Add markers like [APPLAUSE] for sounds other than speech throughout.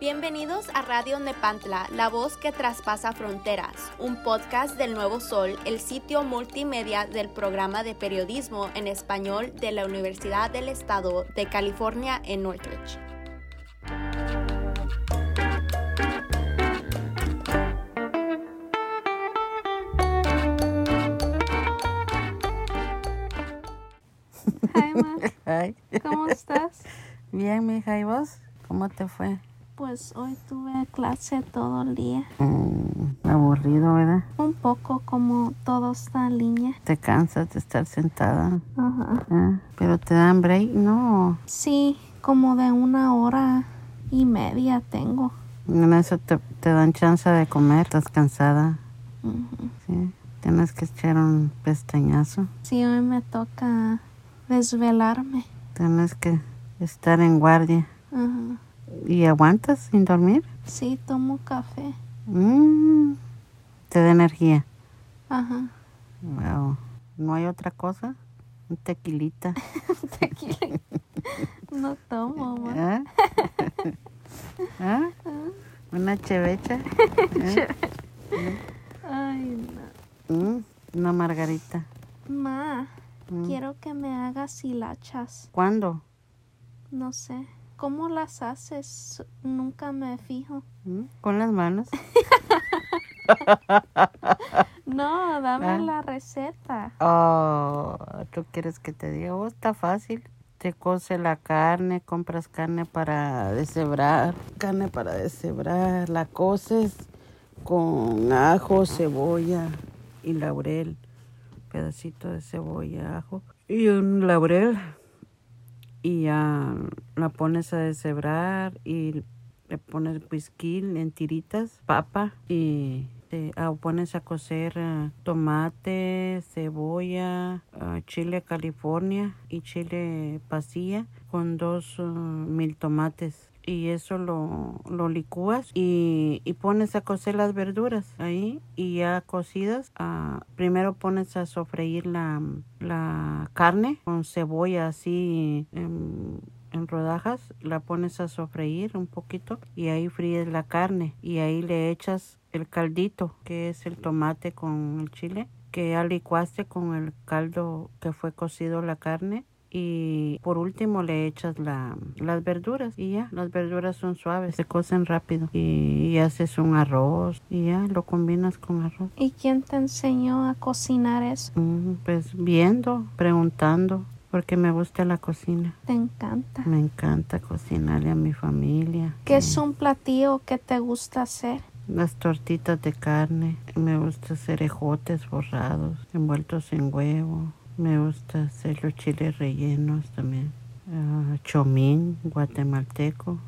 Bienvenidos a Radio Nepantla, la voz que traspasa fronteras, un podcast del Nuevo Sol, el sitio multimedia del programa de periodismo en español de la Universidad del Estado de California en Northridge. Hi, ma. Ay, [LAUGHS] ¿Cómo estás? bien, mija, ¿y vos? ¿Cómo te fue? Pues hoy tuve clase todo el día. Mm, aburrido, ¿verdad? Un poco como todo está en línea. Te cansas de estar sentada, Ajá. ¿eh? pero te dan break, no. Sí, como de una hora y media tengo. En eso te, te dan chance de comer, estás cansada, Ujú. ¿sí? Tienes que echar un pestañazo, Sí, hoy me toca desvelarme. tienes que estar en guardia. Ajá. ¿Y aguantas sin dormir? Sí, tomo café. Mm, te da energía. Ajá. Wow. ¿No hay otra cosa? Un tequilita. Tequila. No tomo, ma. ¿Ah? [LAUGHS] ¿Ah? ¿Una chevecha? Ay, no. Mm, Una margarita. Ma, Mm. quiero que me hagas hilachas. ¿Cuándo? No sé. ¿Cómo las haces? Nunca me fijo. Mm, ¿Con las manos? No, dame Ah. la receta. Oh, ¿tú quieres que te diga? Oh, está fácil. Te cose la carne, compras carne para deshebrar, carne para deshebrar, la coces con ajo, cebolla y laurel, pedacito de cebolla, ajo y un laurel y ya la pones a deshebrar y le pones whisky en tiritas, papa y te ah, pones a cocer ah, tomate, cebolla, ah, chile California y chile pasilla con dos ah, mil tomates. Y eso lo, lo licúas y, y pones a cocer las verduras ahí y ya cocidas. ah, primero pones a sofreír la, la carne con cebolla así em, en rodajas, la pones a sofreír un poquito y ahí fríes la carne y ahí le echas el caldito, que es el tomate con el chile, que ya licuaste con el caldo que fue cocido la carne y por último le echas la, las verduras y ya, las verduras son suaves, se cocen rápido y, y haces un arroz y ya lo combinas con arroz. ¿Y quién te enseñó a cocinar eso? Mm, Pues viendo, preguntando, porque me gusta la cocina. Te encanta. Me encanta cocinarle a mi familia. ¿Qué es un platillo que te gusta hacer? Las tortitas de carne. Me gusta hacer ejotes borrados, envueltos en huevo. Me gusta hacer los chiles rellenos también. Ah, chomín guatemalteco.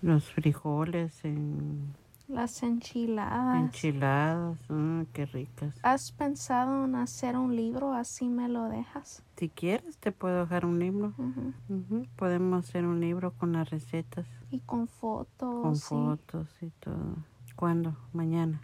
Los frijoles en Las enchiladas. enchiladas. Mm, qué ricas. ¿Has pensado en hacer un libro? Así me lo dejas. Si quieres, te puedo dejar un libro. Ujú. Ujú, Podemos hacer un libro con las recetas, Y con fotos. con y- fotos y todo. ¿Cuándo? Mañana.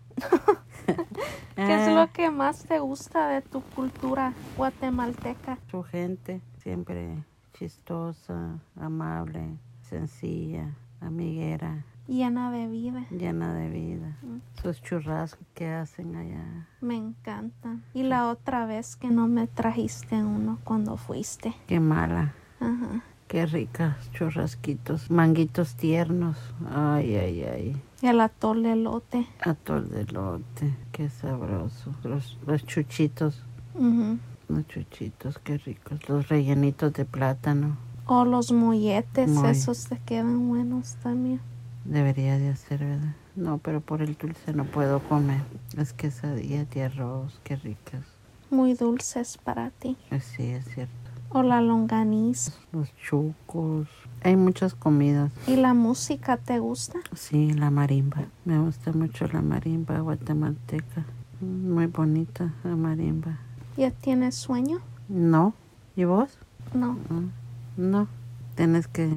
¿Qué es Ah. lo que más te gusta de tu cultura guatemalteca? su gente, siempre chistosa, amable, sencilla, amiguera, Llena de vida. llena de vida. Mm. Sus churrascos que hacen allá. Me encantan. Y la otra vez que no me trajiste uno cuando fuiste. Qué mala, Ajá. qué ricas churrasquitos, manguitos tiernos. Ay, ay, ay. El atole elote. Atol de lote, qué sabroso. Los, los chuchitos, Ujú. los chuchitos, qué ricos. Los rellenitos de plátano. O los molletes, Moll- esos te quedan buenos también. Debería de hacer, ¿verdad? No, pero por el dulce no puedo comer. Es quesadillas de arroz, qué ricas. Muy dulces para ti. Eh, Sí, es cierto. O la longaniza. Los chucos. Hay muchas comidas. ¿Y la música te gusta? Sí, la marimba. Me gusta mucho la marimba guatemalteca. Mm, Muy bonita la marimba. ¿Ya tienes sueño? No. ¿Y vos? No. Mm, No. Tienes que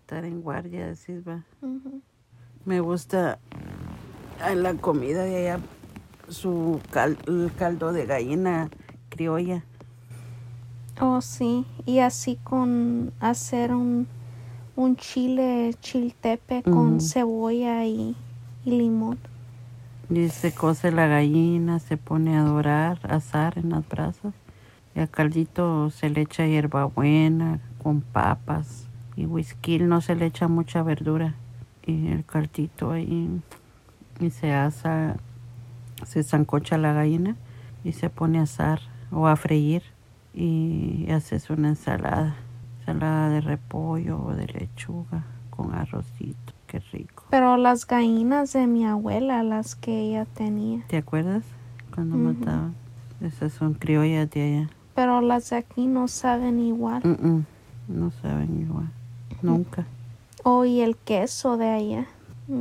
estar en guardia, decís, va. Ujú. Me gusta a la comida de allá, su cal- el caldo de gallina criolla. Oh, sí. Y así con hacer un, un chile chiltepe con Ujú. cebolla y, y limón. Y se cose la gallina, se pone a dorar, a asar en las brasas. Y al caldito se le echa hierbabuena con papas. Y whisky no se le echa mucha verdura. Y el caldito ahí. Y se asa, se zancocha la gallina y se pone a asar o a freír. Y haces una ensalada. Ensalada de repollo o de lechuga con arrocito. Qué rico. Pero las gallinas de mi abuela, las que ella tenía. ¿Te acuerdas? Cuando Ujú. mataban. Esas son criollas de allá. Pero las de aquí no saben igual. Mm, mm, No saben igual. Nunca. Oh, y el queso de allá.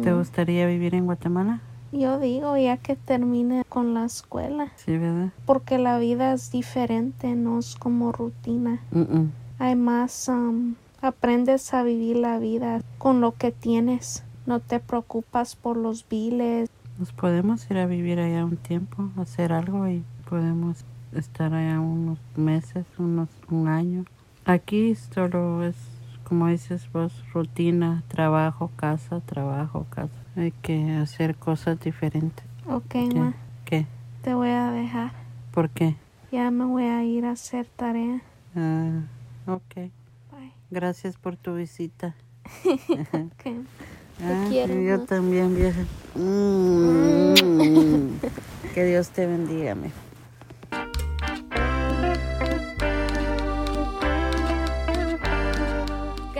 ¿Te Mm. gustaría vivir en Guatemala? Yo digo ya que termine con la escuela, Sí, ¿verdad? porque la vida es diferente, no es como rutina. Mm, mm. Hay más, um, aprendes a vivir la vida con lo que tienes. No te preocupas por los biles. Nos podemos ir a vivir allá un tiempo, hacer algo y podemos estar allá unos meses, unos un año. Aquí solo es, como dices vos, rutina, trabajo, casa, trabajo, casa. Hay que hacer cosas diferentes. Ok, ¿Qué? ma, ¿Qué? te voy a dejar. ¿Por qué? Ya me voy a ir a hacer tarea. Ah, ok. Bye. Gracias por tu visita. Ok. Ah, sí, quiero, yo ma. también, vieja. Mm. [LAUGHS] que Dios te bendiga, mi.